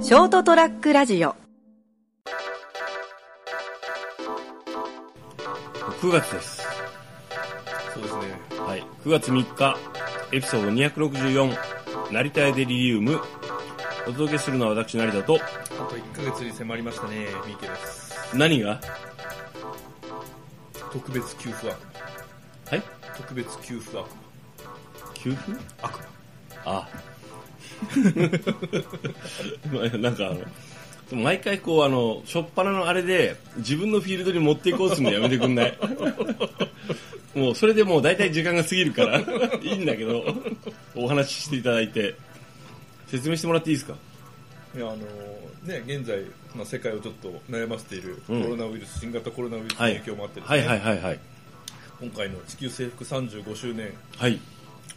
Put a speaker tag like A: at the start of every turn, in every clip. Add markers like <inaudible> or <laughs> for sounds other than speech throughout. A: ショートトラックラジオ
B: 9月です。
C: そうですね。
B: はい。9月3日、エピソード264、成田屋デリリウム。お届けするのは私、成田と、
C: あと1ヶ月に迫りましたね、三池です。
B: 何が
C: 特別給付悪
B: はい
C: 魔。特別給付悪
B: 給付
C: 魔。悪魔。
B: あ <laughs> まあなんかあの、毎回こう、あの、しょっぱなのあれで、自分のフィールドに持っていこうとするのやめてくん <laughs> ないもう、それでもう大体時間が過ぎるから、いいんだけど、お話ししていただいて、説明してもらっていいですか
C: いや、あのーね、現在、まあ、世界をちょっと悩ませているコ
B: うん
C: ロナウイルス、新型コロナウイルスの影響もあってです
B: は
C: ね、
B: いはいはいはい。
C: 今回の地球征服35周年
B: はい。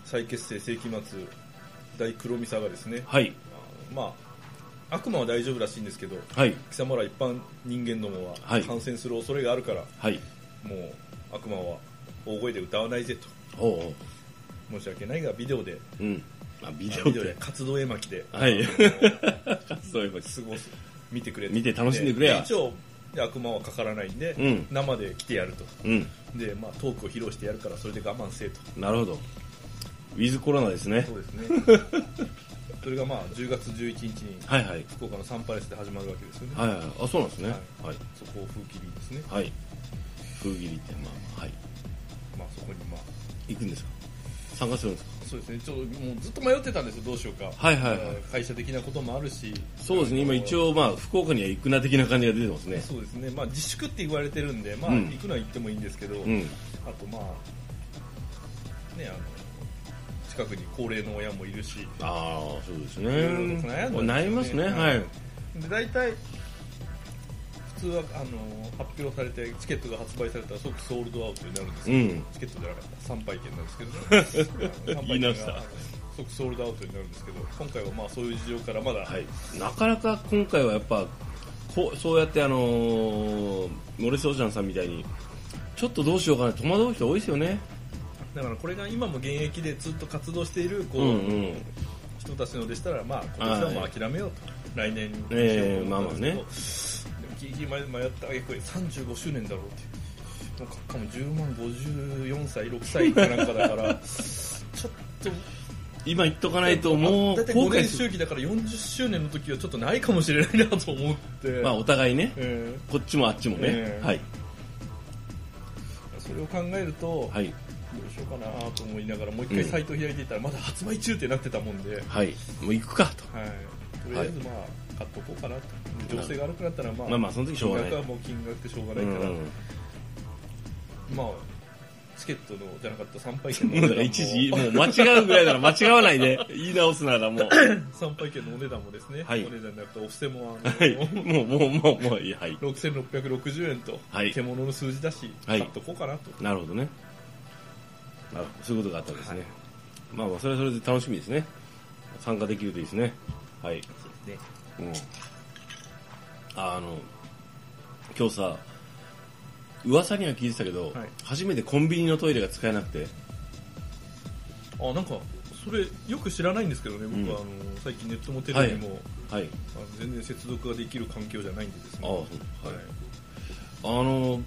C: 再結成世紀末大黒ミサがですね、
B: はい。
C: あのまあ、悪魔は大丈夫らしいんですけど、
B: はい。
C: 貴様ら一般人間どもは
B: はい
C: 感染する恐れがあるから、
B: はい。
C: もう悪魔は大声で歌わないぜと。
B: ほ
C: 申し訳ないが、ビデオで
B: う。うん。あ、ビデオ
C: ビデオ
B: で
C: で。活動絵巻で、
B: はい。 <laughs> そういうことです。
C: 過ごす、見てくれと
B: 見て楽しんでくれや
C: 一応、で悪魔はかからないんで、
B: うん
C: 生で来てやると。
B: うん。
C: で、まあ、トークを披露してやるから、それで我
B: <laughs>
C: 慢せえと。
B: なるほど。ウィズコロナですね
C: そ。うですね。 <laughs> それがまあ、10月11日に、
B: はいはい。
C: 福岡のサンパレスで始まるわけですよね。
B: はいはい。あ、そうなんですね。は
C: はいそこを風切りにですね。
B: い。はい。封切りって、まあまあ、はい。
C: まあ、そこにまあ、
B: 行くんですか参加するんです
C: そうですね。ちょっともうずっと迷ってたんですよ、どうしようか。
B: はいはいはい
C: あの会社的なこともあるし。
B: かそうですね。
C: あの
B: 今一応、まあ、福岡には行くな的な感じが出てますね。
C: そうですね、まあ、自粛って言われてるんで、まあ、
B: うん
C: 行くのは行ってもいいんですけど、
B: うん。
C: あとまあ、ね、あの、近くに高齢の親もいるし、
B: ああ、そうですね。
C: いろいろと悩んだんですよね
B: 悩みますね。はい。
C: で大体、普通はあの発表されて、チケットが発売されたら即ソールドアウトになるんです
B: う
C: けど、
B: ん。
C: チケットじゃなかった、参拝券なんです
B: <laughs>
C: けど、ねあの、参
B: 言い直
C: 券
B: した
C: があの即ソールドアウトになるんですけど、今回はまあそういう事情からまだ、
B: はい、なかなか今回はやっぱこうそうやってあのー、モレスおじゃんさんみたいにちょっとどうしようかな戸惑う人多いですよね
C: だからこれが今も現役でずっと活動しているこう、
B: うんうん
C: 人たちのでしたら、まあ、今年はもう諦めようと、来年にしようと思
B: ええまあま
C: っ
B: あ
C: たん
B: ね
C: ですけど、でも、迷ったあげく35周年だろうって、もうかも10万54歳、6歳かなんかだ <laughs> から、ちょっと、
B: 今言っとかないともう
C: だって
B: 後
C: 5
B: 悔
C: 年
B: する
C: 周期だから40周年の時はちょっとないかもしれないなと思って、
B: まあお互いね
C: え
B: こっちもあっちもね、
C: ええ
B: はい
C: えそれを考えると、
B: はい
C: どうしようかなと思いながら、もう一回サイト開いていたら、まだ発売中ってなってたもんで。
B: はいもう行くかと
C: はい、とりあえずまあ、買っとこうかなと情勢が悪くなったらまあ、
B: まあまあその時しょうがない
C: 金額はもう金額でしょうが
B: う
C: ない
B: ん
C: から、まあチケットのじゃなかった参拝券のお
B: だか
C: 値段
B: ら
C: も
B: <laughs> 一時もう間違うぐらいなら間違わないで言い直すならもう
C: 参拝券のお値段もですね、
B: はい
C: お値段になるとお布施もあの、
B: はいもうもうもうもういいはい
C: 6660円と、
B: はい
C: 獣の数字だし、
B: はい
C: 買っとこうかなと
B: なるほどねあそういうことがあったんですね、まあまあそれはそれで楽しみですね参加できるといいですねはい
C: で
B: うんああの今日さ噂には聞いてたけど、
C: はい
B: 初めてコンビニのトイレが使えなくて
C: あなんかそれよく知らないんですけどね僕は、あの最近ネットもテレビも、
B: はい
C: あの全然接続ができる環境じゃないんでです
B: ああ
C: ね
B: そう
C: はい
B: あの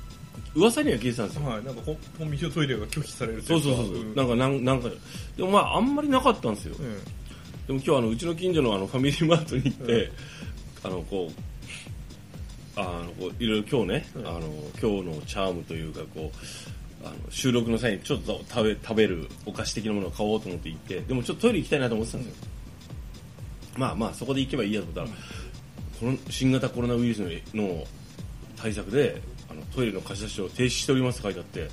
B: 噂には聞いてたんですよ
C: はい、なんかココンビニのトイレが拒否されるとい
B: そう
C: うか
B: そうそうそう、
C: ん
B: なんかなんなんかでもまああんまりなかったんですよ、
C: うん
B: でも今日あのうちの近所のあのファミリーマートに行って、あのこうあのこういろいろ今日ね、
C: うん
B: あの今日のチャームというかこうあの収録の際にちょっと食べ食べるお菓子的なものを買おうと思って行ってでもちょっとトイレ行きたいなと思ってたんですよ、まあまあそこで行けばいいやと思ったら、この新型コロナウイルスのの対策であのトイレの貸し出しを停止しておりますって書いてあって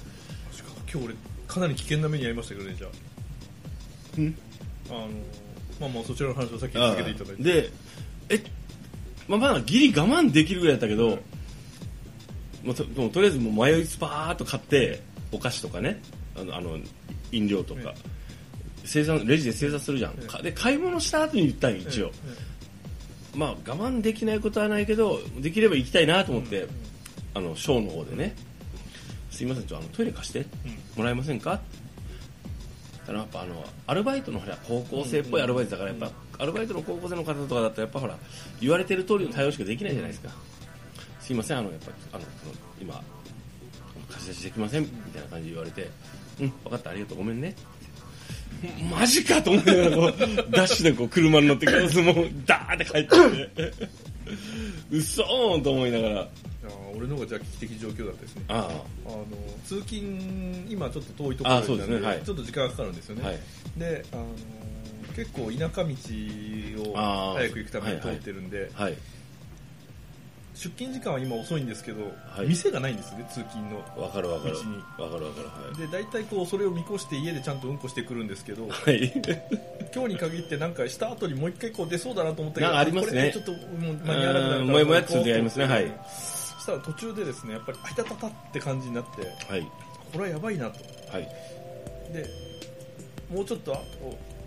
C: しかも今日俺かなり危険な目に遭いましたけどねじゃああのまあまあそちらの話をさっき続けていただいて
B: でえ、まあ、まだギリ我慢できるぐらいだったけど、もうともうとりあえずもう迷いスパーッと買ってお菓子とかねあのあの飲料とか、生産レジで精査するじゃん、
C: ええ
B: かで買い物した後に言ったんよ一応、
C: え
B: まあ我慢できないことはないけどできれば行きたいなと思って、
C: え
B: あのショーの方でねすいませんちょあのトイレ貸して
C: うん
B: もらえませんかってあのやっぱあのアルバイトのほら高校生っぽいアルバイトだからやっぱ、アルバイトの高校生の方とかだったらやっぱほら言われてる通りの対応しかできないじゃないですか、すいませんあのやっぱあのその今貸し出しできませんみたいな感じで言われてうん分かったありがとうごめんねってマジかと思いながらこう <laughs> ダッシュでこう車に乗ってからもうダーって帰って <laughs> きてうそーんと思いながら
C: あー俺の方がじゃあ危機的状況だったですね
B: あ
C: あの通勤今ちょっと遠いところ
B: あそうですね
C: なん
B: はい
C: ちょっと時間がかかるんですよ
B: あ
C: ね、
B: はい
C: であの結構田舎道
B: あ
C: を
B: ー
C: 早く行くために
B: はい
C: 通
B: は
C: っ
B: い
C: てるんで、
B: はい
C: 出勤時間は今遅いんですけど、
B: い
C: 店がないんですね通勤の
B: わかるわかる
C: 道に
B: わかるわかるはい
C: で大体こうそれを見越して家でちゃんとうんこしてくるんですけど
B: はい。
C: 今日に限ってなんかした後にもう一回こう出そうだなと思ったけ
B: な
C: ど
B: んかありますね
C: これちょっともう間に合わなくなるから
B: うんもやもやっとする時ありますねはい
C: そしたら途中でですねやっぱりあいたたたって感じになって
B: はい。
C: これはやばいなと
B: はい。
C: でもうちょっとあと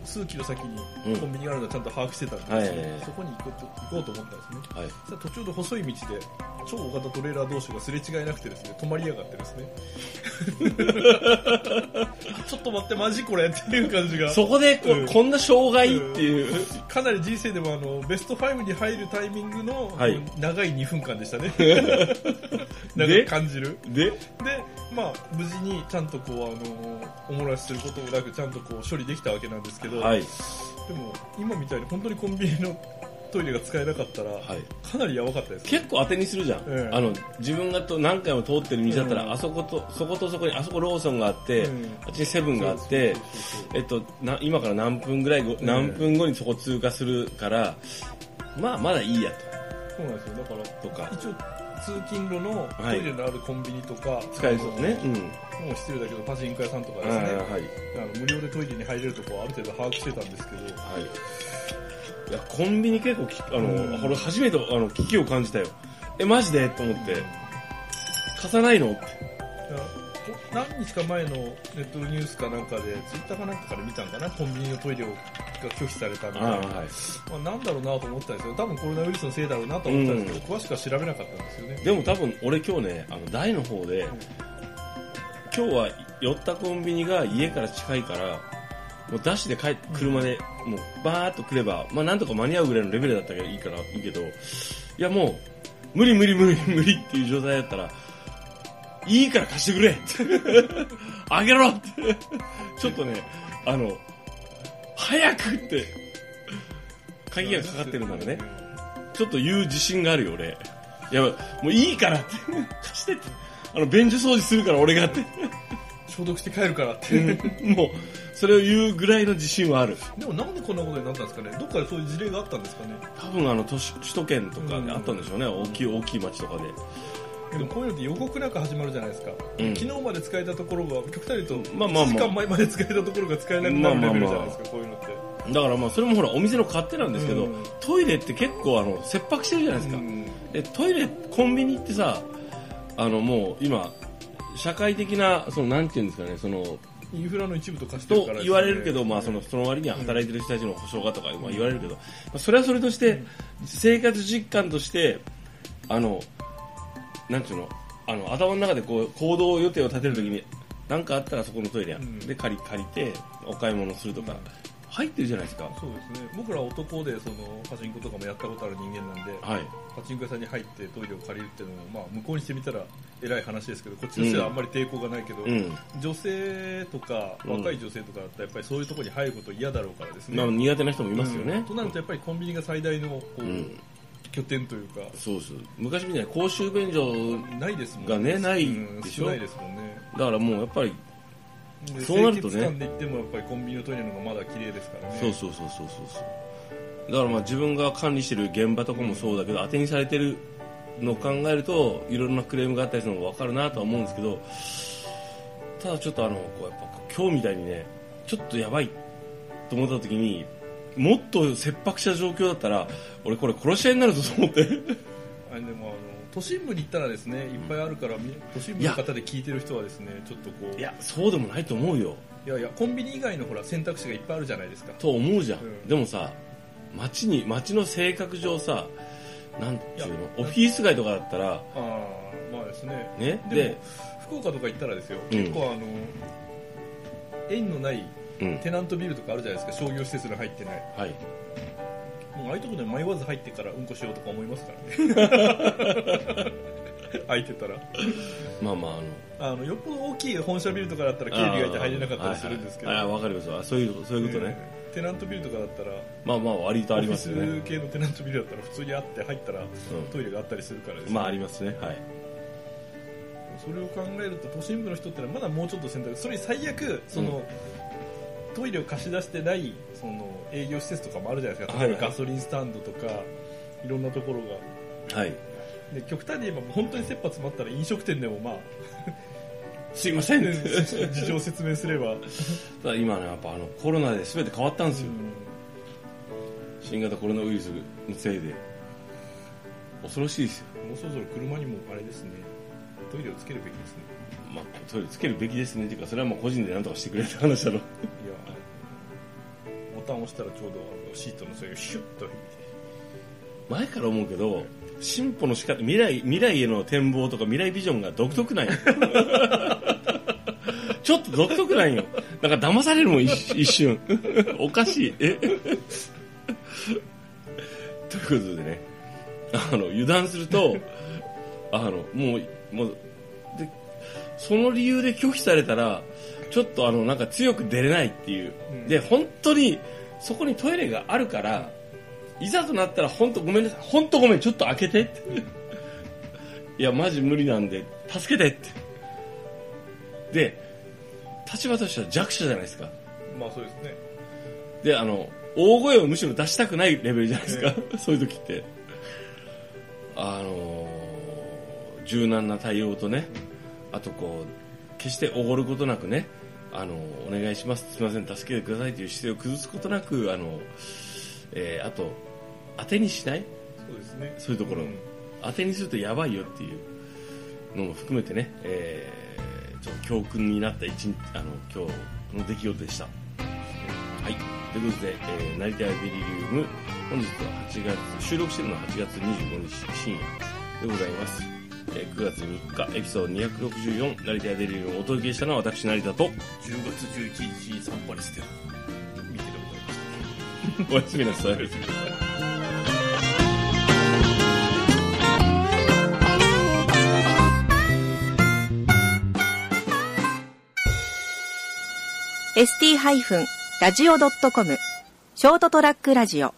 C: 数キロ先
B: うん
C: にコンビニがあるのはちゃんと把握してたんですけど、
B: はいはいはい
C: そこに行こうと行こうと思ったんですね
B: はい。
C: そしたら途中で細い道で超大型トレーラー同士がすれ違いなくてですね止まりやがってですね <laughs> ちょっと待ってマジこれっていう感じが
B: そこでこ、
C: うん
B: こんな障害っていう。
C: かなり人生でもあのベスト5に入るタイミングの、
B: はい
C: 長い2分間でした
B: <laughs>
C: ね長
B: で
C: く感じる
B: で、
C: で、まあ、無事にちゃんとこうあのお漏らしすることもなくちゃんとこう処理できたわけなんですけど、
B: はい。
C: でも今みたいに本当にコンビニのトイレが使えなかったら、
B: はい。
C: かなりやばかったです
B: 結構当てにするじゃん。
C: うん
B: あの、自分がと何回も通ってる道だったら、
C: うん
B: あそこと、そことそこに、あそこローソンがあって、
C: うん
B: あっちにセブンがあって
C: そう、そうそ
B: え
C: う
B: っと、な今から何分ぐらい後、
C: ん
B: 何分後にそこ通過するから、まあ、まだいいや
C: そうなんですよだから
B: と、とか、
C: 一応通勤路のトイレのあるコンビニとか、
B: 使えるですね。うん。
C: もう失礼だけどパチンコ屋さんとかです
B: はい
C: ね、
B: はい。
C: あの無料でトイレに入れるとこはある程度把握してたんですけど、
B: はい。いや、コンビニ結構き、あ
C: う
B: の、
C: ん
B: これ初めて、あの、危機を感じたよ。え、マジでと思って。貸さないのって。
C: だからこ何日か前のネットのニュースかなんかで、ツイッターかなんかから見たんかな、コンビニのトイレをが拒否されたみたいな、
B: はい。
C: まあ、なんだろうなと思ったんですよ、多分コロナウイルスのせいだろうなと思ったんですけど、詳しくは調べなかったんですよね。
B: でも多分俺今日ね、あの台の方で、今日は寄ったコンビニが家から近いから、もうダッシュで帰って、車で、もうバーっと来れば、まあなんとか間に合うぐらいのレベルだったらいいから、いいけど、いやもう、無理無理無理 <laughs> 無理っていう状態だったら、いいから貸してくれって <laughs> あげろって <laughs> ちょっとね、あの、早くって、鍵がかかってるならね。ちょっと言う自信があるよ、俺。いや、もういいからって。貸してって。あの、便所掃除するから俺がって。
C: 消毒して帰るからって。
B: もう、それを言うぐらいの自信はある。
C: でもなんでこんなことになったんですかねどっかでそういう事例があったんですかね
B: 多分あの、都市、首都圏とかであったんでしょうね。大きい、大きい町とかで。
C: でもこういうのって予告なく始まるじゃないですか。
B: うん
C: 昨日まで使えたところが、極端に言うと、
B: まあまあまあ
C: 1時間前まで使えたところが使えなくなるレベルじゃないですか、こういうのって。
B: だからまあ、それもほら、お店の勝手なんですけど
C: うん、
B: トイレって結構あの、切迫してるじゃないですか。
C: うん
B: でトイレコンビニってさあのもう今社会的なそのなんていうんですかねその
C: インフラの一部と化してる
B: と
C: からですね、
B: 言われるけど、まあ、そのその割には働いてる人たちの保障がとか、まあ、言われるけど、まあ、それはそれとして生活実感としてあのなんていうのあの頭の中でこう行動予定を立てるときに何かあったらそこのトイレや、
C: うん
B: で借り借りてお買い物するとか、
C: うん
B: 入ってるじゃないですか。
C: そうですね僕ら男でそのパチンコとかもやったことある人間なんで
B: はい、
C: パチンコ屋さんに入ってトイレを借りるっていうのも、まあ、向こうにしてみたらえらい話ですけどこっちの人はあんまり抵抗がないけど、
B: うん、
C: 女性とか
B: うん
C: 若い女性とかだったらやっぱりそういうところに入ること嫌だろうからですね、
B: まあ苦手な人もいますよ
C: う
B: ね
C: ん。となるとやっぱりコンビニが最大のこう、
B: うん
C: 拠点というか
B: そうです昔みたいに公衆便所
C: ないですもん
B: がねないでしょ
C: うん少ないですもんね
B: だからもうやっぱり、
C: で
B: そうなるとね
C: 清潔感で言ってもやっぱりコンビニのトイレの方がまだ綺麗ですからね
B: そうそうそうそうそうそうだからまあ自分が管理してる現場とかもそうだけど、当てにされてるのを考えるといろんなクレームがあったりするのも分かるなとは思うんですけどただちょっとあのこうやっぱ今日みたいにねちょっとやばいと思った時にもっと切迫した状況だったら俺これ殺し合いになるぞと思って
C: あでもあの都心部に行ったらですねいっぱいあるから、み都心部の方で聞いてる人はですねちょっとこ
B: <laughs>
C: う
B: い
C: いや
B: やそうでもないと思うよ
C: いやコンビニ以外のほら選択肢がいっぱいあるじゃないですか
B: と思うじゃん、
C: うん
B: でもさ街に街の性格上さなんていう
C: い
B: の
C: や
B: オフィス街とかだったら
C: ああまあですね
B: ね
C: でも福岡とか行ったらですよ
B: うん
C: 結構あの、縁のない
B: うん
C: テナントビルとかあるじゃないですか商業施設に入ってない
B: はい
C: もうああいうとこで迷わず入ってからうんこしようとか思いますか
B: <laughs>
C: らね空いてたら
B: まあまああの
C: あのよっぽど大きい本社ビルとかだったら警備がいて入れなかったりするんですけど、
B: あーはいはいあーわかりますあそういうそういうことね、
C: えーテナントビルとかだったら
B: まあまあ割とありますよ
C: オフィ
B: ね
C: ス系のテナントビルだったら普通にあって入ったらトイレがあったりするからですね、
B: まあありますねはい
C: それを考えると都心部の人ってのはまだもうちょっと選択それに最悪その、
B: う
C: トイレを貸し出してないその営業施設とかもあるじゃないですか
B: はい
C: 例
B: は
C: え
B: い
C: ばガソリンスタンドとかいろんなところが
B: はい
C: で極端に言えば本当に切羽詰まったら飲食店でもま
B: <laughs>
C: あ
B: すいません
C: 事情を説明すれば、
B: <laughs> ただ今ねやっぱあのコロナで全て変わったんですよ、新型コロナウイルスのせいで恐ろしいですよ
C: もうそろそろ車にもあれですねトイレをつけるべきですね
B: まあトイレつけるべきですねっていうかそれはまあ個人で何とかしてくれって話だろ
C: いやボタンを押したらちょうどあのシートのそれがヒュッと
B: 前から思うけど進歩の仕方未来未来への展望とか未来ビジョンが独特なんよちょっと独特なんよなんか騙されるもん一一瞬 <laughs> おかしいえということでねあの油断する <laughs> とあのもうもうでその理由で拒否されたらちょっとあのなんか強く出れないっていう、
C: うん
B: で本当にそこにトイレがあるから、いざとなったら本当ごめんなさい本当ごめんちょっと開けて <laughs> っていやマジ無理なんで助けてってで立場としては弱者じゃないですか
C: まあそうですね
B: であの大声をむしろ出したくないレベルじゃないですか、 <laughs> そういう時ってあのー柔軟な対応とねあとこう決しておごることなくねあのお願いしますすいません助けてくださいという姿勢を崩すことなくあの、えーあと当てにしない
C: そうですね
B: そういうところ
C: ん
B: 当てにするとやばいよっていうのも含めてね、えーちょっと教訓になった一日あの今日の出来事でした。はい、ということで、えー、成田エビリウム本日は8月収録してるのは8月25日深夜でございます、えー9月3日エピソード264成田エビリウムをお届けしたのは私成田と
C: 10月11日散歩にしてる見てるご
B: <laughs> お
C: ざいました
B: やすみなさい
A: ー ST-radio.com ショートトラックラジオ